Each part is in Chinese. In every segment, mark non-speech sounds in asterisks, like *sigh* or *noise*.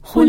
婚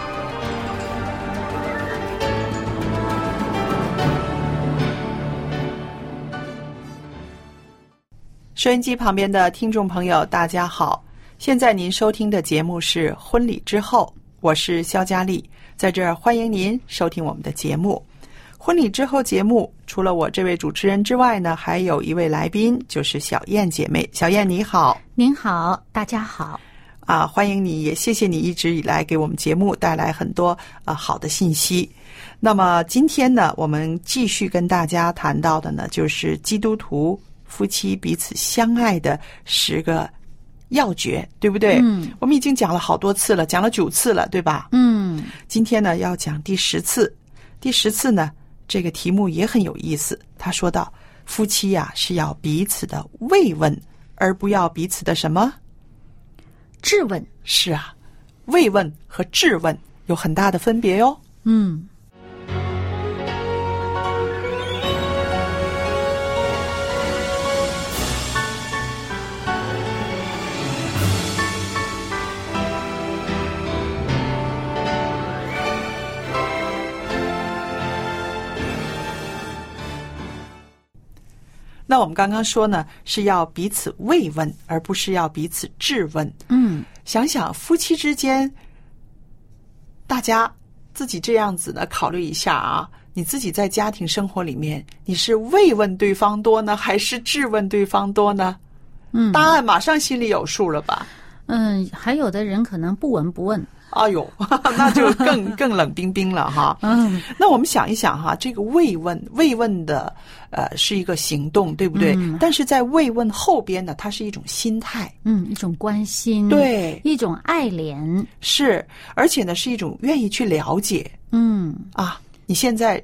收音机旁边的听众朋友，大家好！现在您收听的节目是《婚礼之后》，我是肖佳丽，在这儿欢迎您收听我们的节目。《婚礼之后》节目除了我这位主持人之外呢，还有一位来宾，就是小燕姐妹。小燕你好您好，大家好。啊，欢迎你，也谢谢你一直以来给我们节目带来很多啊好的信息。那么今天呢，我们继续跟大家谈到的呢，就是基督徒夫妻彼此相爱的十个要诀，对不对？嗯，我们已经讲了好多次了，讲了九次了，对吧？嗯，今天呢，要讲第十次。第十次呢，这个题目也很有意思。他说到，夫妻呀、是要彼此的慰问，而不要彼此的什么？质问。是啊，慰问和质问有很大的分别哟、嗯，那我们刚刚说呢，是要彼此慰问，而不是要彼此质问。嗯，想想夫妻之间，大家自己这样子的考虑一下啊，你自己在家庭生活里面，你是慰问对方多呢，还是质问对方多呢？嗯答案马上心里有数了吧？嗯，还有的人可能不闻不问。哎呦， *laughs* 那就更 *laughs* 更冷冰冰了哈。嗯，那我们想一想哈，这个慰问，慰问的呃是一个行动，对不对？嗯但是在慰问后边呢，它是一种心态，嗯，一种关心，，对，一种爱怜。是，而且呢是一种愿意去了解嗯，啊，你现在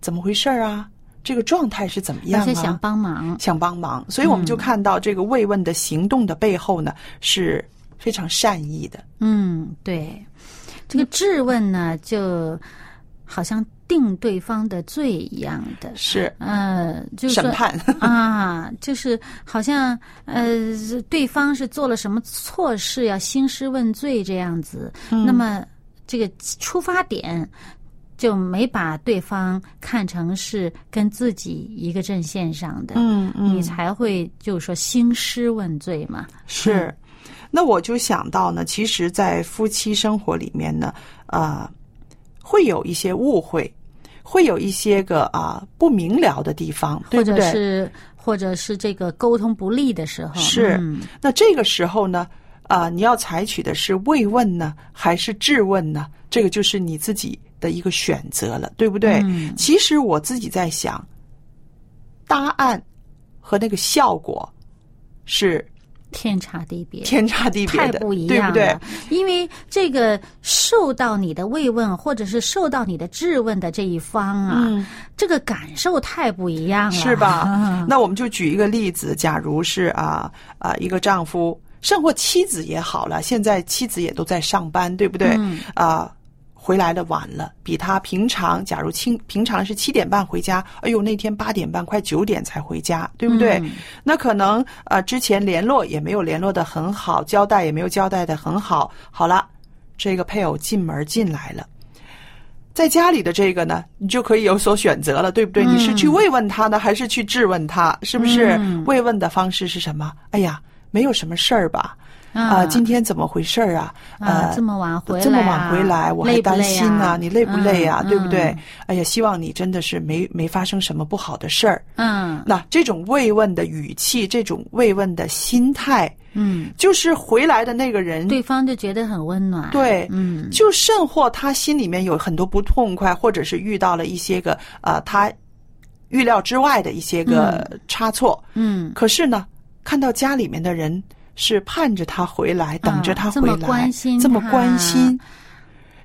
怎么回事儿啊？这个状态是怎么样而啊？且想嗯帮忙。想帮忙，所以我们就看到这个慰问的行动的背后呢，是非常善意的。嗯，对，这个质问呢，就好像定对方的罪一样的。是呃，就是审说 *laughs* 判， *laughs* 啊，就是好像呃，对方是做了什么错事要兴师问罪这样子，嗯那么这个出发点就没把对方看成是跟自己一个阵线上的，嗯你才会就说兴师问罪嘛。是，嗯那我就想到呢，其实，在夫妻生活里面呢，啊，会有一些误会，会有一些个啊、不明了的地方，对或不者对？是或者是这个沟通不利的时候，是嗯那这个时候呢，啊、你要采取的是慰问呢，还是质问呢？这个就是你自己的一个选择了，对不对？嗯其实我自己在想，答案和那个效果是天差地别，天差地别太的，不一对样不了，啊对？因为这个受到你的慰问或者是受到你的质问的这一方啊，嗯这个感受太不一样了，？是吧那我们就举一个例子，假如是啊啊、一个丈夫，甚或妻子也好了，现在妻子也都在上班，对不对？啊、嗯回来的晚了，比他平常，假如清平常是七点半回家，哎呦，那天八点半快九点才回家，对不嗯对？那可能呃之前联络也没有联络的很好，交代也没有交代的很好。好了，这个配偶进门进来了。在家里的这个呢，你就可以有所选择了，对不对？你是去嗯慰问他呢，还是去质问他？是不是？慰问的方式是什么？哎呀，没有什么事儿吧？啊、啊今天怎么回事儿啊？啊呃，这么晚回来啊这么晚回来，我还累不累担心啊你累不累啊？嗯对不对嗯？哎呀，希望你真的是没没发生什么不好的事儿。嗯那这种慰问的语气，这种慰问的心态，嗯，就是回来的那个人对方就觉得很温暖。嗯对嗯就甚或他心里面有很多不痛快，或者是遇到了一些个呃他预料之外的一些个差错。嗯，可是呢，看到家里面的人是盼着他回来，等着他啊这回来，么关心这么他关心，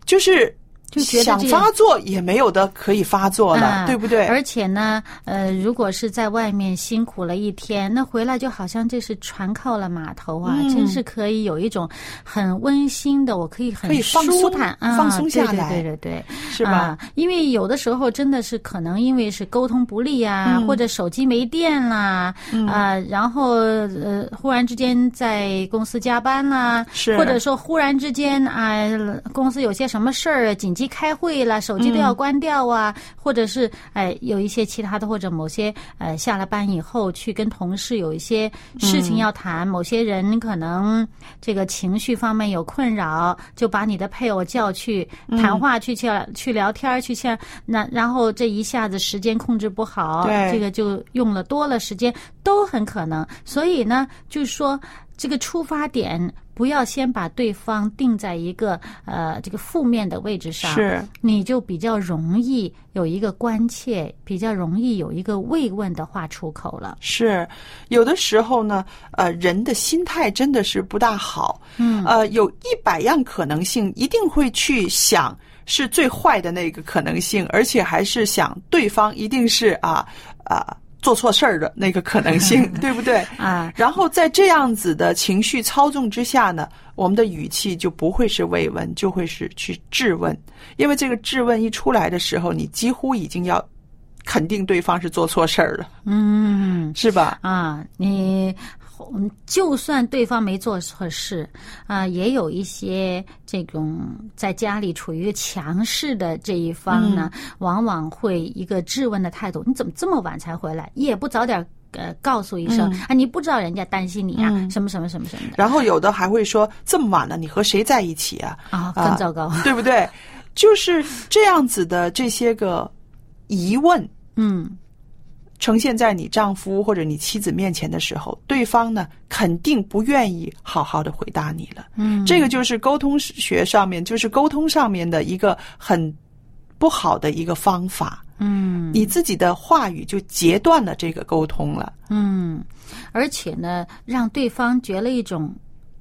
就是就觉得想这个发作也没有的可以发作了，啊对不对？而且呢，呃，如果是在外面辛苦了一天，那回来就好像这是船靠了码头啊，嗯真是可以有一种很温馨的，我可以很可以放松舒坦啊，放松下对来对对对对，是吧？啊？因为有的时候真的是可能因为是沟通不利啊，嗯或者手机没电啦，啊，然后呃，忽然之间在公司加班啦，是或者说忽然之间啊、公司有些什么事儿紧急开会了，手机都嗯要关掉啊，或者是哎、有一些其他的，或者某些呃下了班以后去跟同事有一些事嗯情要谈，某些人可能这个情绪方面有困扰，就把你的配偶叫去嗯谈话去去、去聊天儿去去那然后这一下子时间控制不好，对这个就用了多了时间都很可能，所以呢，就是说。这个出发点不要先把对方定在一个呃这个负面的位置上，是你就比较容易有一个关切，比较容易有一个慰问的话出口了。是，有的时候呢，呃，人的心态真的是不大好。嗯，呃，有一百样可能性，一定会去想是最坏的那个可能性，而且还是想对方一定是啊啊、做错事儿的那个可能性，对不对？啊，然后在这样子的情绪操纵之下呢，我们的语气就不会是慰问，就会是去质问，因为这个质问一出来的时候，你几乎已经要肯定对方是做错事儿了，嗯。是吧？啊，你嗯就算对方没做错事啊，也有一些这种在家里处于强势的这一方嗯呢，往往会一个质问的态度：你怎么这么晚才回来？也不早点呃告诉一嗯声、啊？你不知道人家担心你啊，什么什么什么什么的然后有的还会说这么晚了，你和谁在一起啊？ *laughs* 啊，啊更糟糕。对不对？就是这样子的这些个疑问嗯呈现在你丈夫或者你妻子面前的时候，对方呢肯定不愿意好好的回答你了。嗯，这个就是沟通学上面，就是沟通上面的一个很不好的一个方法。嗯。你自己的话语就截断了这个沟通了。嗯，而且呢，让对方觉了一种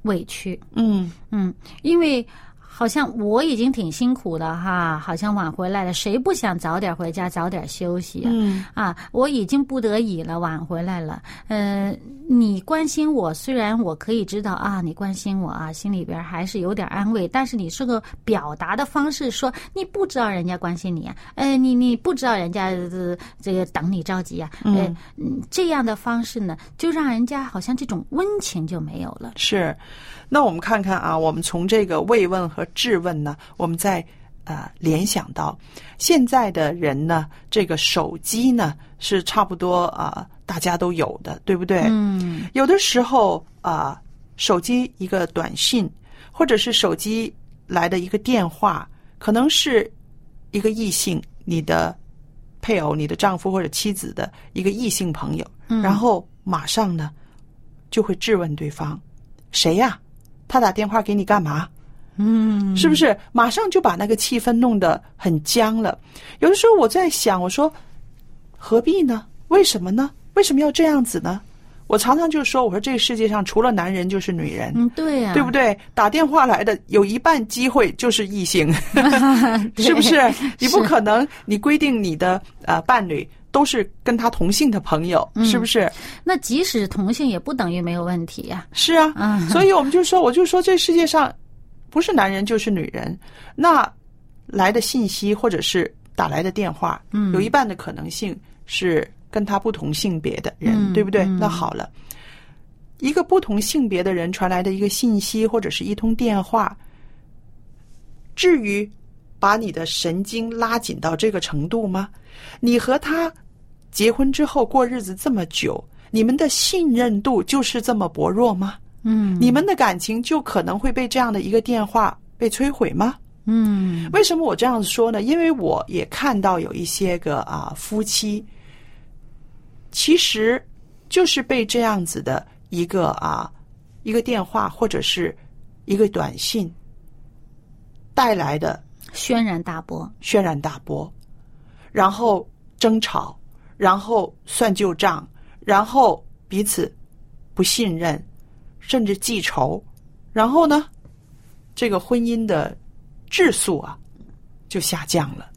委屈。嗯，嗯，因为好像我已经挺辛苦的哈，好像晚回来了，谁不想早点回家，早点休息啊？嗯啊，我已经不得已了，晚回来了。呃，你关心我，虽然我可以知道啊，你关心我啊，心里边还是有点安慰，但是你这个表达的方式说，你不知道人家关心你啊，呃，你你不知道人家、呃这个等你着急啊，呃，嗯，这样的方式呢，就让人家好像这种温情就没有了。是。那我们看看啊，我们从这个慰问和质问呢，我们再呃联想到现在的人呢，这个手机呢是差不多啊、呃大家都有的，对不对？嗯有的时候啊、手机一个短信，或者是手机来的一个电话，可能是一个异性，你的配偶、你的丈夫或者妻子的一个异性朋友，嗯然后马上呢就会质问对方：“谁呀、他打电话给你干嘛？”嗯是不是？马上就把那个气氛弄得很僵了。有的时候我在想，我说何必呢？为什么呢？为什么要这样子呢？我常常就说，我说这个世界上除了男人就是女人，嗯，对呀、对不对？打电话来的有一半机会就是异性，对是 *laughs* 不是？你不可能，你规定你的呃伴侣都是跟他同性的朋友，嗯是不是？那即使同性也不等于没有问题呀、是啊，嗯所以我们就说，我就说这世界上不是男人就是女人。那来的信息或者是打来的电话，嗯，有一半的可能性是跟他不同性别的人，嗯对不对？那好了，一个不同性别的人传来的一个信息或者是一通电话，至于把你的神经拉紧到这个程度吗？你和他结婚之后过日子这么久，你们的信任度就是这么薄弱吗？嗯你们的感情就可能会被这样的一个电话被摧毁吗？嗯为什么我这样说呢？因为我也看到有一些个啊夫妻，其实就是被这样子的一个啊一个电话或者是一个短信带来的轩然大波，轩然大波，然后争吵，然后算旧账，然后彼此不信任，甚至记仇，然后呢，这个婚姻的质素啊就下降了，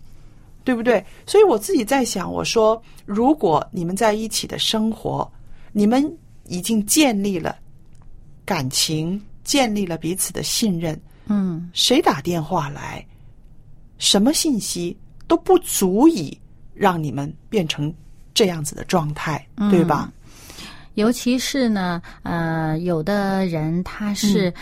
对不对？所以我自己在想，我说，如果你们在一起的生活，你们已经建立了感情，建立了彼此的信任，嗯谁打电话来，什么信息都不足以让你们变成这样子的状态，嗯对吧？尤其是呢，呃，有的人他是嗯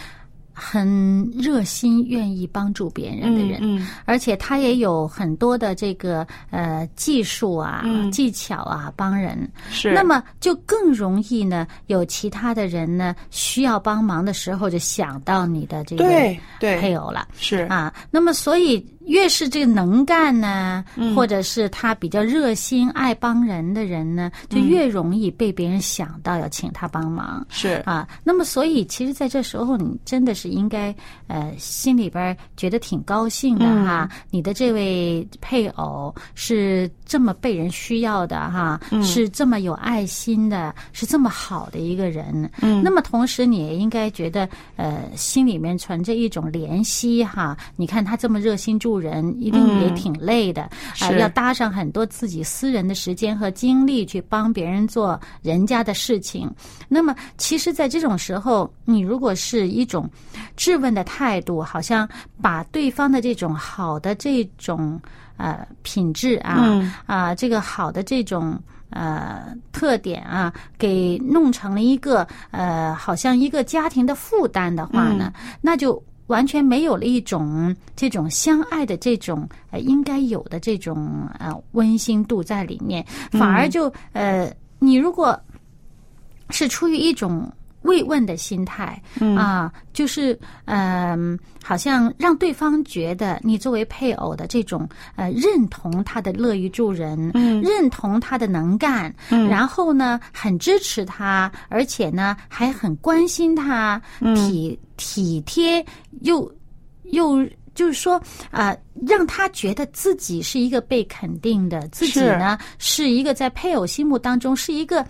很热心、愿意帮助别人的人，嗯而且他也有很多的这个呃技术啊、嗯技巧啊帮人，是那么就更容易呢有其他的人呢需要帮忙的时候就想到你的这个对对配偶了。是啊，那么所以越是这个能干呢，或者是他比较热心、爱帮人的人呢，就越容易被别人想到要请他帮忙。是啊，那么所以其实，在这时候，你真的是应该，呃，心里边儿觉得挺高兴的哈。你的这位配偶是这么被人需要的哈，是这么有爱心的，是这么好的一个人。嗯，那么同时，你也应该觉得，呃，心里面存着一种怜惜哈。你看他这么热心助人，一定也挺累的啊、是要搭上很多自己私人的时间和精力去帮别人做人家的事情。那么，其实，在这种时候，你如果是一种质问的态度，好像把对方的这种好的这种呃品质啊啊、嗯这个好的这种呃特点啊，给弄成了一个呃，好像一个家庭的负担的话呢，那就。完全没有了一种这种相爱的这种呃应该有的这种呃温馨度在里面，反而就呃你如果是出于一种慰问的心态，啊，就是嗯、好像让对方觉得你作为配偶的这种呃认同他的乐于助人，认同他的能干，然后呢很支持他，而且呢还很关心他，体体贴又又。就是说，啊，让他觉得自己是一个被肯定的，自己是呢是一个在配偶心目当中是一个，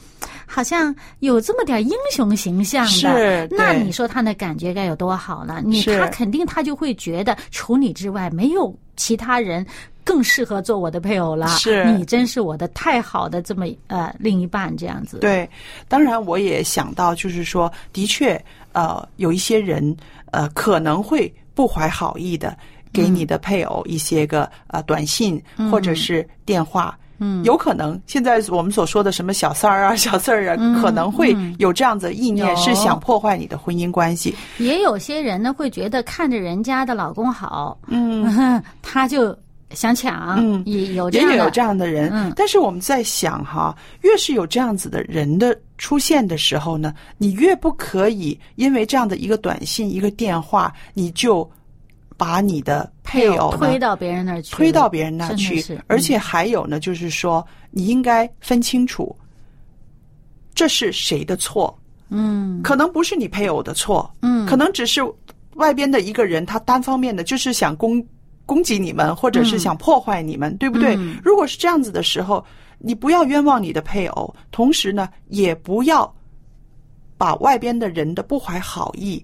好像有这么点儿英雄形象的是。那对你说他那感觉该有多好呢？你是他肯定他就会觉得，除你之外没有其他人。更适合做我的配偶了，是你真是我的太好的这么呃另一半这样子，对，当然我也想到，就是说，的确，呃，有一些人，呃，可能会不怀好意嗯的给你的配偶一些个呃短信嗯或者是电话。嗯，有可能现在我们所说的什么小三儿啊、小四儿啊，可能会有这样子意念，嗯有是想破坏你的婚姻关系。也有些人呢会觉得看着人家的老公好，嗯， *laughs* 他就想抢，嗯也有这也样的，有这样的人，嗯但是我们在想哈，越是有这样子的人的出现的时候呢，你越不可以因为这样的一个短信、一个电话，你就把你的配偶呢哎推到别人那儿去，推到别人那真的去是嗯，而且还有呢，就是说你应该分清楚，这是谁的错，嗯可能不是你配偶的错，嗯，可能只是外边的一个人，他单方面的就是想攻攻击你们，或者是想破坏你们，对不对、嗯如果是这样子的时候，你不要冤枉你的配偶，同时呢，也不要把外边的人的不怀好意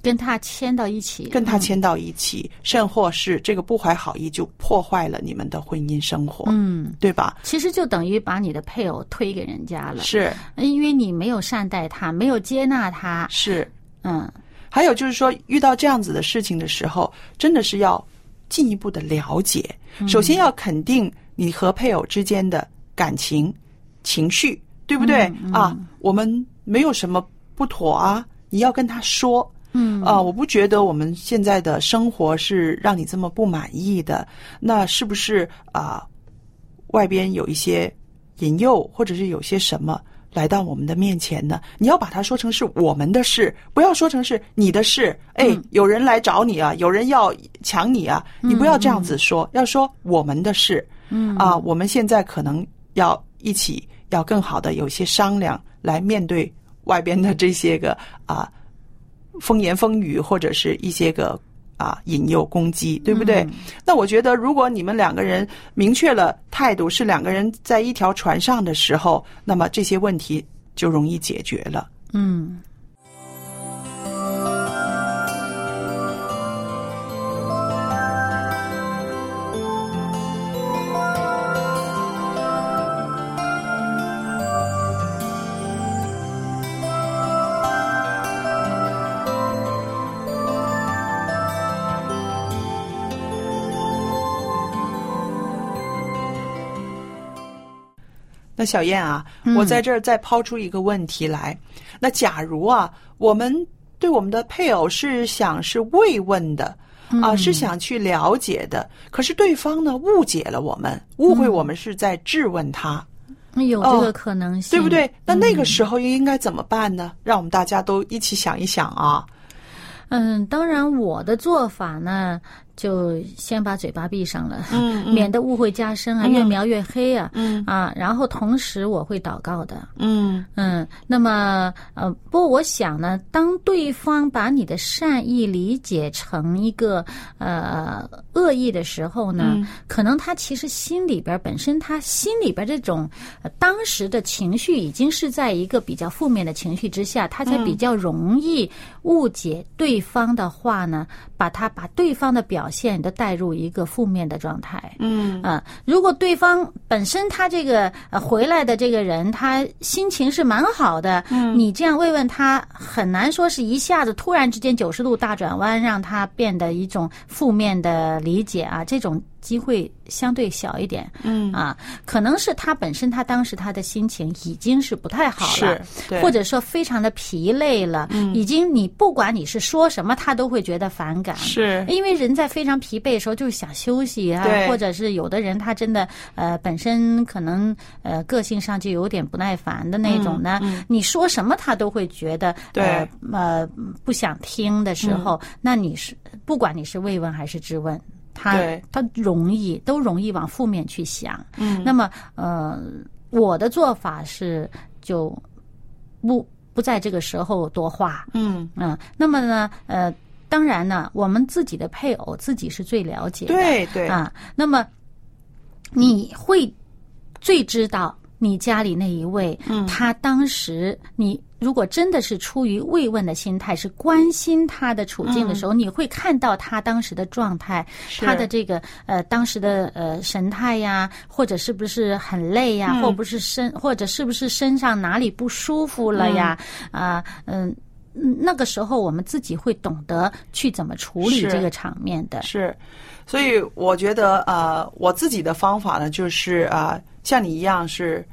跟他牵到一起，跟他牵到一起，嗯甚或是这个不怀好意就破坏了你们的婚姻生活，嗯，对吧？其实就等于把你的配偶推给人家了，是因为你没有善待他，没有接纳他，是。嗯还有就是说，遇到这样子的事情的时候，真的是要进一步的了解。首先要肯定你和配偶之间的感情、情绪，对不对、啊？我们没有什么不妥啊，你要跟他说。嗯啊、我不觉得我们现在的生活是让你这么不满意的。那是不是啊、外边有一些引诱，或者是有些什么来到我们的面前呢？你要把它说成是我们的事，不要说成是你的事。哎，有人来找你啊，有人要抢你啊，你不要这样子说，要说我们的事。嗯啊，我们现在可能要一起要更好的有一些商量，来面对外边的这些个啊风言风语或者是一些个啊引诱攻击，对不对？那我觉得，如果你们两个人明确了态度，是两个人在一条船上的时候，那么这些问题就容易解决了。嗯，那小燕啊，嗯我在这儿再抛出一个问题来。那假如啊，我们对我们的配偶是想是慰问的，啊、是嗯想去了解的，可是对方呢误解了我们，误嗯会我们是在质问他。有这个可能性，哦对不对？那那嗯个时候又应该怎么办呢？让我们大家都一起想一想啊。嗯，当然，我的做法呢，就先把嘴巴闭上了，嗯免得误会加深啊，越描越黑啊，嗯啊，然后同时我会祷告的，嗯嗯，那么呃，不过我想呢，当对方把你的善意理解成一个呃恶意的时候呢，可能他其实心里边儿本身他心里边儿这种、呃当时的情绪已经是在一个比较负面的情绪之下，他才比较容易误解对方的话呢，把他把对方的表现都带入一个负面的状态。嗯啊，如果对方本身他这个呃回来的这个人，他心情是蛮好的，嗯你这样慰问他，很难说是一下子突然之间九十度大转弯，让他变得一种负面的理解啊，这种机会相对小一点。嗯啊，可能是他本身他当时他的心情已经是不太好了是，嗯对或者说非常的疲累了，已经你不管你是说什么，他都会觉得反感。是因为人在非常疲惫的时候，就是想休息啊对，或者是有的人他真的呃本身可能呃个性上就有点不耐烦的那种呢，你说什么他都会觉得嗯对嗯呃呃不想听的时候，那你是不管你是慰问还是质问。他对他容易都容易往负面去想，嗯那么呃，我的做法是就不不在这个时候多话，嗯，嗯，那么呢，呃，当然呢，我们自己的配偶自己是最了解的，对对，啊，那么你会最知道你家里那一位，嗯他当时你如果真的是出于慰问的心态，是关心他的处嗯境的时候，你会看到他当时的状态，是他的这个呃当时的呃神态呀，或者是不是很累呀，嗯或不是身或者是不是身上哪里不舒服了呀，啊嗯、嗯那个时候我们自己会懂得去怎么处理是这个场面的，是，所以我觉得呃，我自己的方法呢，就是啊、呃像你一样是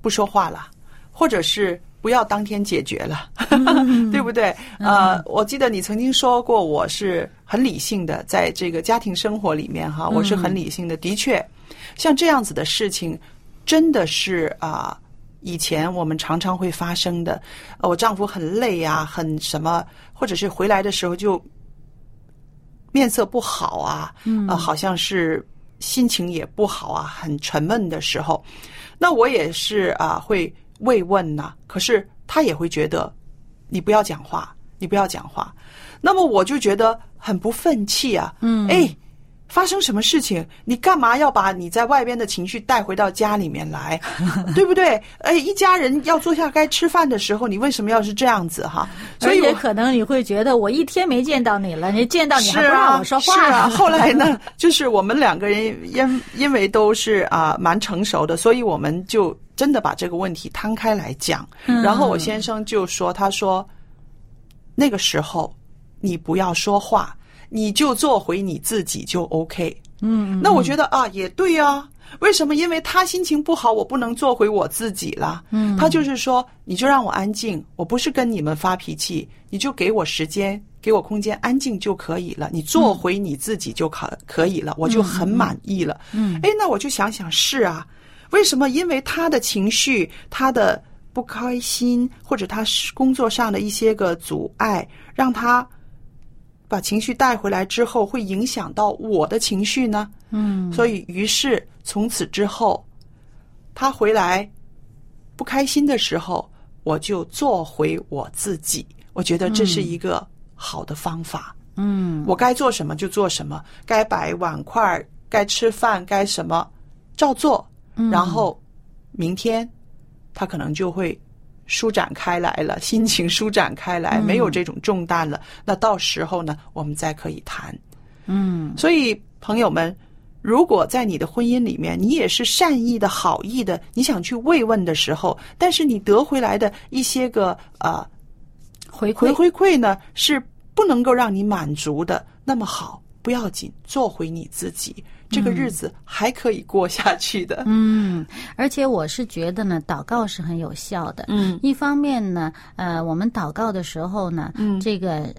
不说话了，或者是不要当天解决了， *laughs* 对不对？呃，我记得你曾经说过，我是很理性的，在这个家庭生活里面哈，我是很理性的。的确，像这样子的事情，真的是啊。以前我们常常会发生的，呃，我丈夫很累呀、很什么，或者是回来的时候就面色不好啊，嗯、好像是心情也不好啊，很沉闷的时候，那我也是啊，会慰问呐、可是他也会觉得你不要讲话，你不要讲话。那么我就觉得很不忿气啊，嗯，哎，发生什么事情？你干嘛要把你在外边的情绪带回到家里面来，对不对？哎，一家人要坐下该吃饭的时候，你为什么要是这样子哈？所以而我且可能你会觉得我一天没见到你了，你见到你还不让我说话，是啊，后来呢， *laughs* 就是我们两个人因因为都是啊蛮成熟的，所以我们就真的把这个问题摊开来讲。嗯然后我先生就说：“他说那个时候你不要说话，你就做回你自己就 OK。嗯，那我觉得啊，也对啊。为什么？因为他心情不好，我不能做回我自己了。嗯，他就是说，你就让我安静，我不是跟你们发脾气，你就给我时间，给我空间，安静就可以了。你做回你自己就可可以了，我就很满意了。嗯，哎，那我就想想，是啊，为什么？因为他的情绪，他的不开心，或者他工作上的一些个阻碍，让他。把情绪带回来之后，会影响到我的情绪呢？嗯，所以于是从此之后，他回来不开心的时候，我就做回我自己。我觉得这是一个好的方法。嗯，我该做什么就做什么，该摆碗筷，该吃饭，该什么照做。嗯然后明天他可能就会。舒展开来了，心情舒展开来，没有这种重担了。那到时候呢，我们再可以谈。嗯所以，朋友们，如果在你的婚姻里面，你也是善意的、好意的，你想去慰问的时候，但是你得回来的一些个呃回回馈回馈呢，是不能够让你满足的。那么好，不要紧，做回你自己，这个日子还可以过下去的。嗯，而且我是觉得呢，祷告是很有效的。嗯一方面呢，呃，我们祷告的时候呢，嗯这个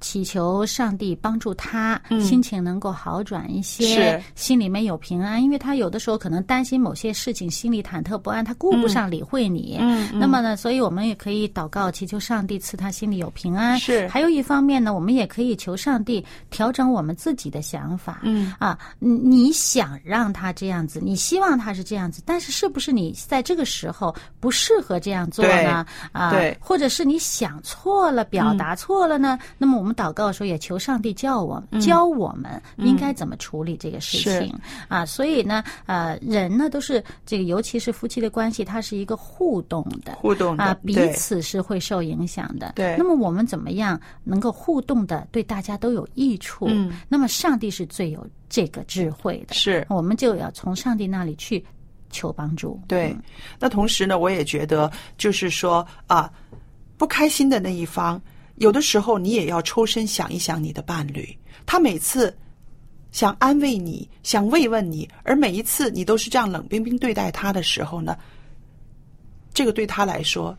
祈求上帝帮助他、嗯心情能够好转一些是，心里面有平安，因为他有的时候可能担心某些事情，心里忐忑不安，他顾不上理会你。嗯那么呢，所以我们也可以祷告，祈求上帝赐他心里有平安。是还有一方面呢，我们也可以求上帝调整我们自己的想法。嗯啊，你你想让他这样子，你希望他是这样子，但是是不是你在这个时候不适合这样做呢？啊，对嗯或者是你想错了，表达错了呢？那么我们祷告的时候也求上帝教我嗯们、教我们应该怎么处理这个事情、啊。所以呢，呃，人呢都是这个，尤其是夫妻的关系，它是一个互动的。互动的啊，彼对嗯此是会受影响的。对那么我们怎么样能够互动的对大家都有益处？嗯，那么上帝是最有这个智慧的，是我们就要从上帝那里去求帮助。嗯对，嗯那同时呢，我也觉得就是说啊，不开心的那一方，有的时候你也要抽身想一想你的伴侣，他每次想安慰你、想慰问你，而每一次你都是这样冷冰冰对待他的时候呢，这个对他来说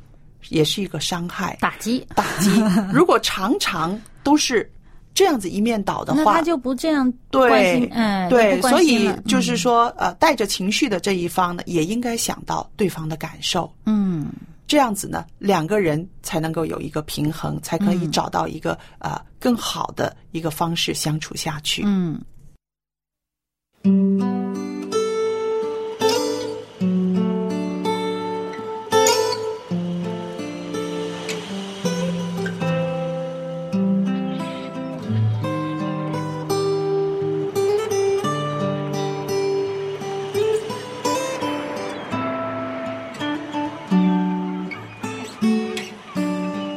也是一个伤害、打击，打击。 *laughs* 如果常常都是这样子一面倒的那话他，就不这样关对心，，哎，就对，不关所心以了嗯就是说，呃，带着情绪的这一方呢，也应该想到对方的感受，嗯这样子呢，两个人才能够有一个平衡，才可以找到一个呃更好的一个方式相处下去。嗯。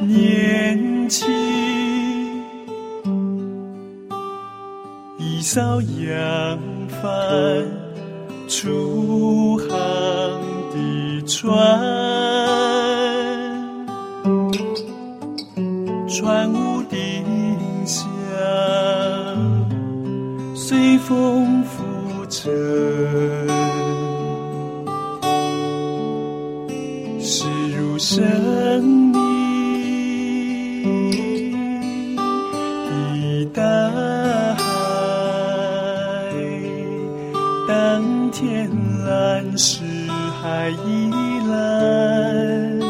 年轻，一勺扬帆出航的船，船无定向，随风浮沉。是如生命的大海，当天蓝是海依然，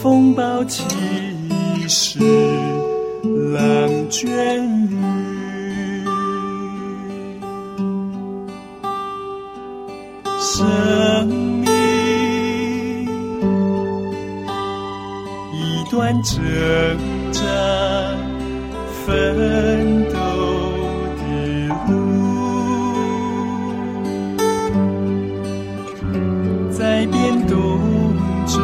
风暴起时浪卷云。生命一段挣扎、奋斗的路，在变动中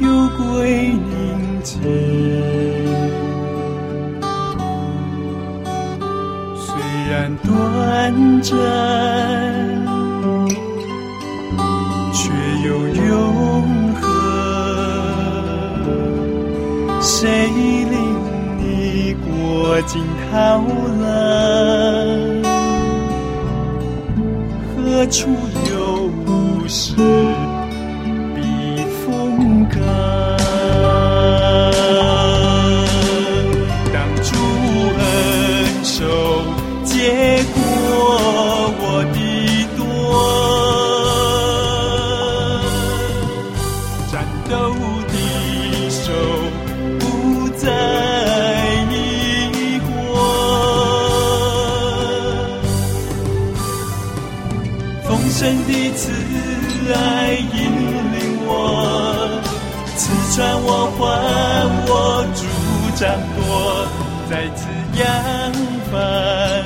有归宁静。虽然短暂，却又永恒。是谁令你过尽涛浪？何处有无事避风港？当初恩仇结果我的多。战斗的手不再疑惑，丰盛的慈爱引领我，刺穿我，还我主掌舵，再次扬帆，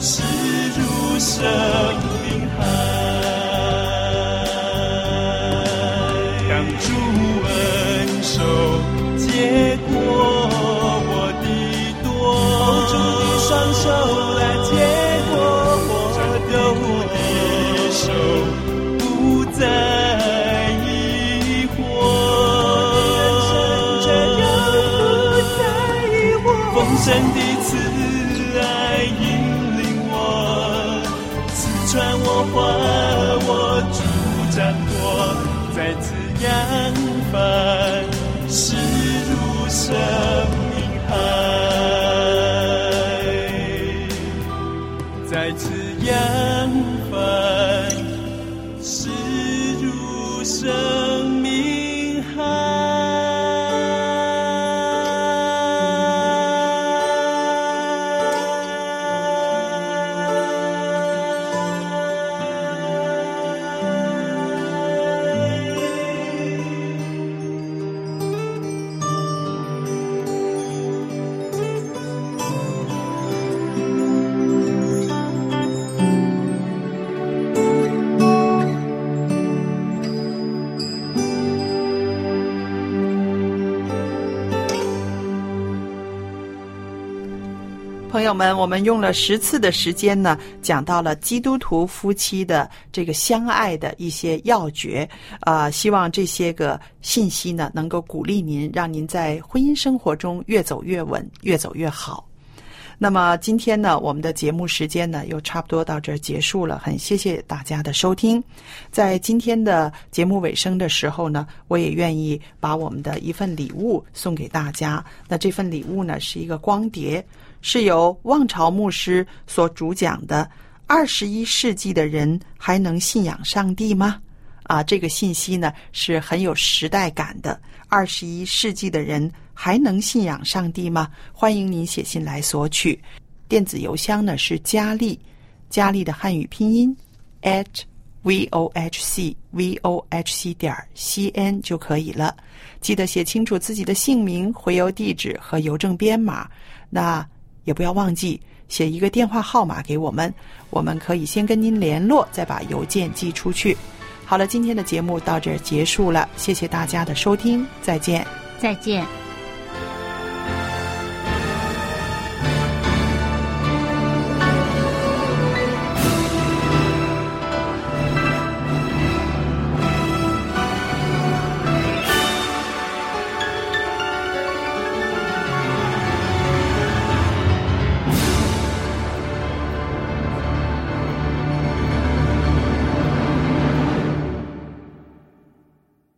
驶入生命海。当初恩手接过我的舵，主你双手来接过我的手，不再疑惑。人生这样不再疑惑，丰盛的慈爱引领我，刺穿我，还我主掌舵，再次扬帆，驶入生命海，再次扬帆，驶入生命海。朋友们，我们用了十次的时间呢，讲到了基督徒夫妻的这个相爱的一些要诀啊、呃希望这些个信息呢，能够鼓励您，让您在婚姻生活中越走越稳，越走越好。那么今天呢，我们的节目时间呢又差不多到这儿结束了，很谢谢大家的收听。在今天的节目尾声的时候呢，我也愿意把我们的一份礼物送给大家。那这份礼物呢是一个光碟，是由望潮牧师所主讲的《二十一世纪的人还能信仰上帝吗》。啊，这个信息呢是很有时代感的。二十一世纪的人还能信仰上帝吗？欢迎您写信来索取，电子邮箱呢是佳丽，佳丽的汉语拼音 at v o h c v o h c 点 c n 就可以了。记得写清楚自己的姓名、回邮地址和邮政编码。那也不要忘记写一个电话号码给我们，我们可以先跟您联络，再把邮件寄出去。好了，今天的节目到这儿结束了，谢谢大家的收听，再见。再见。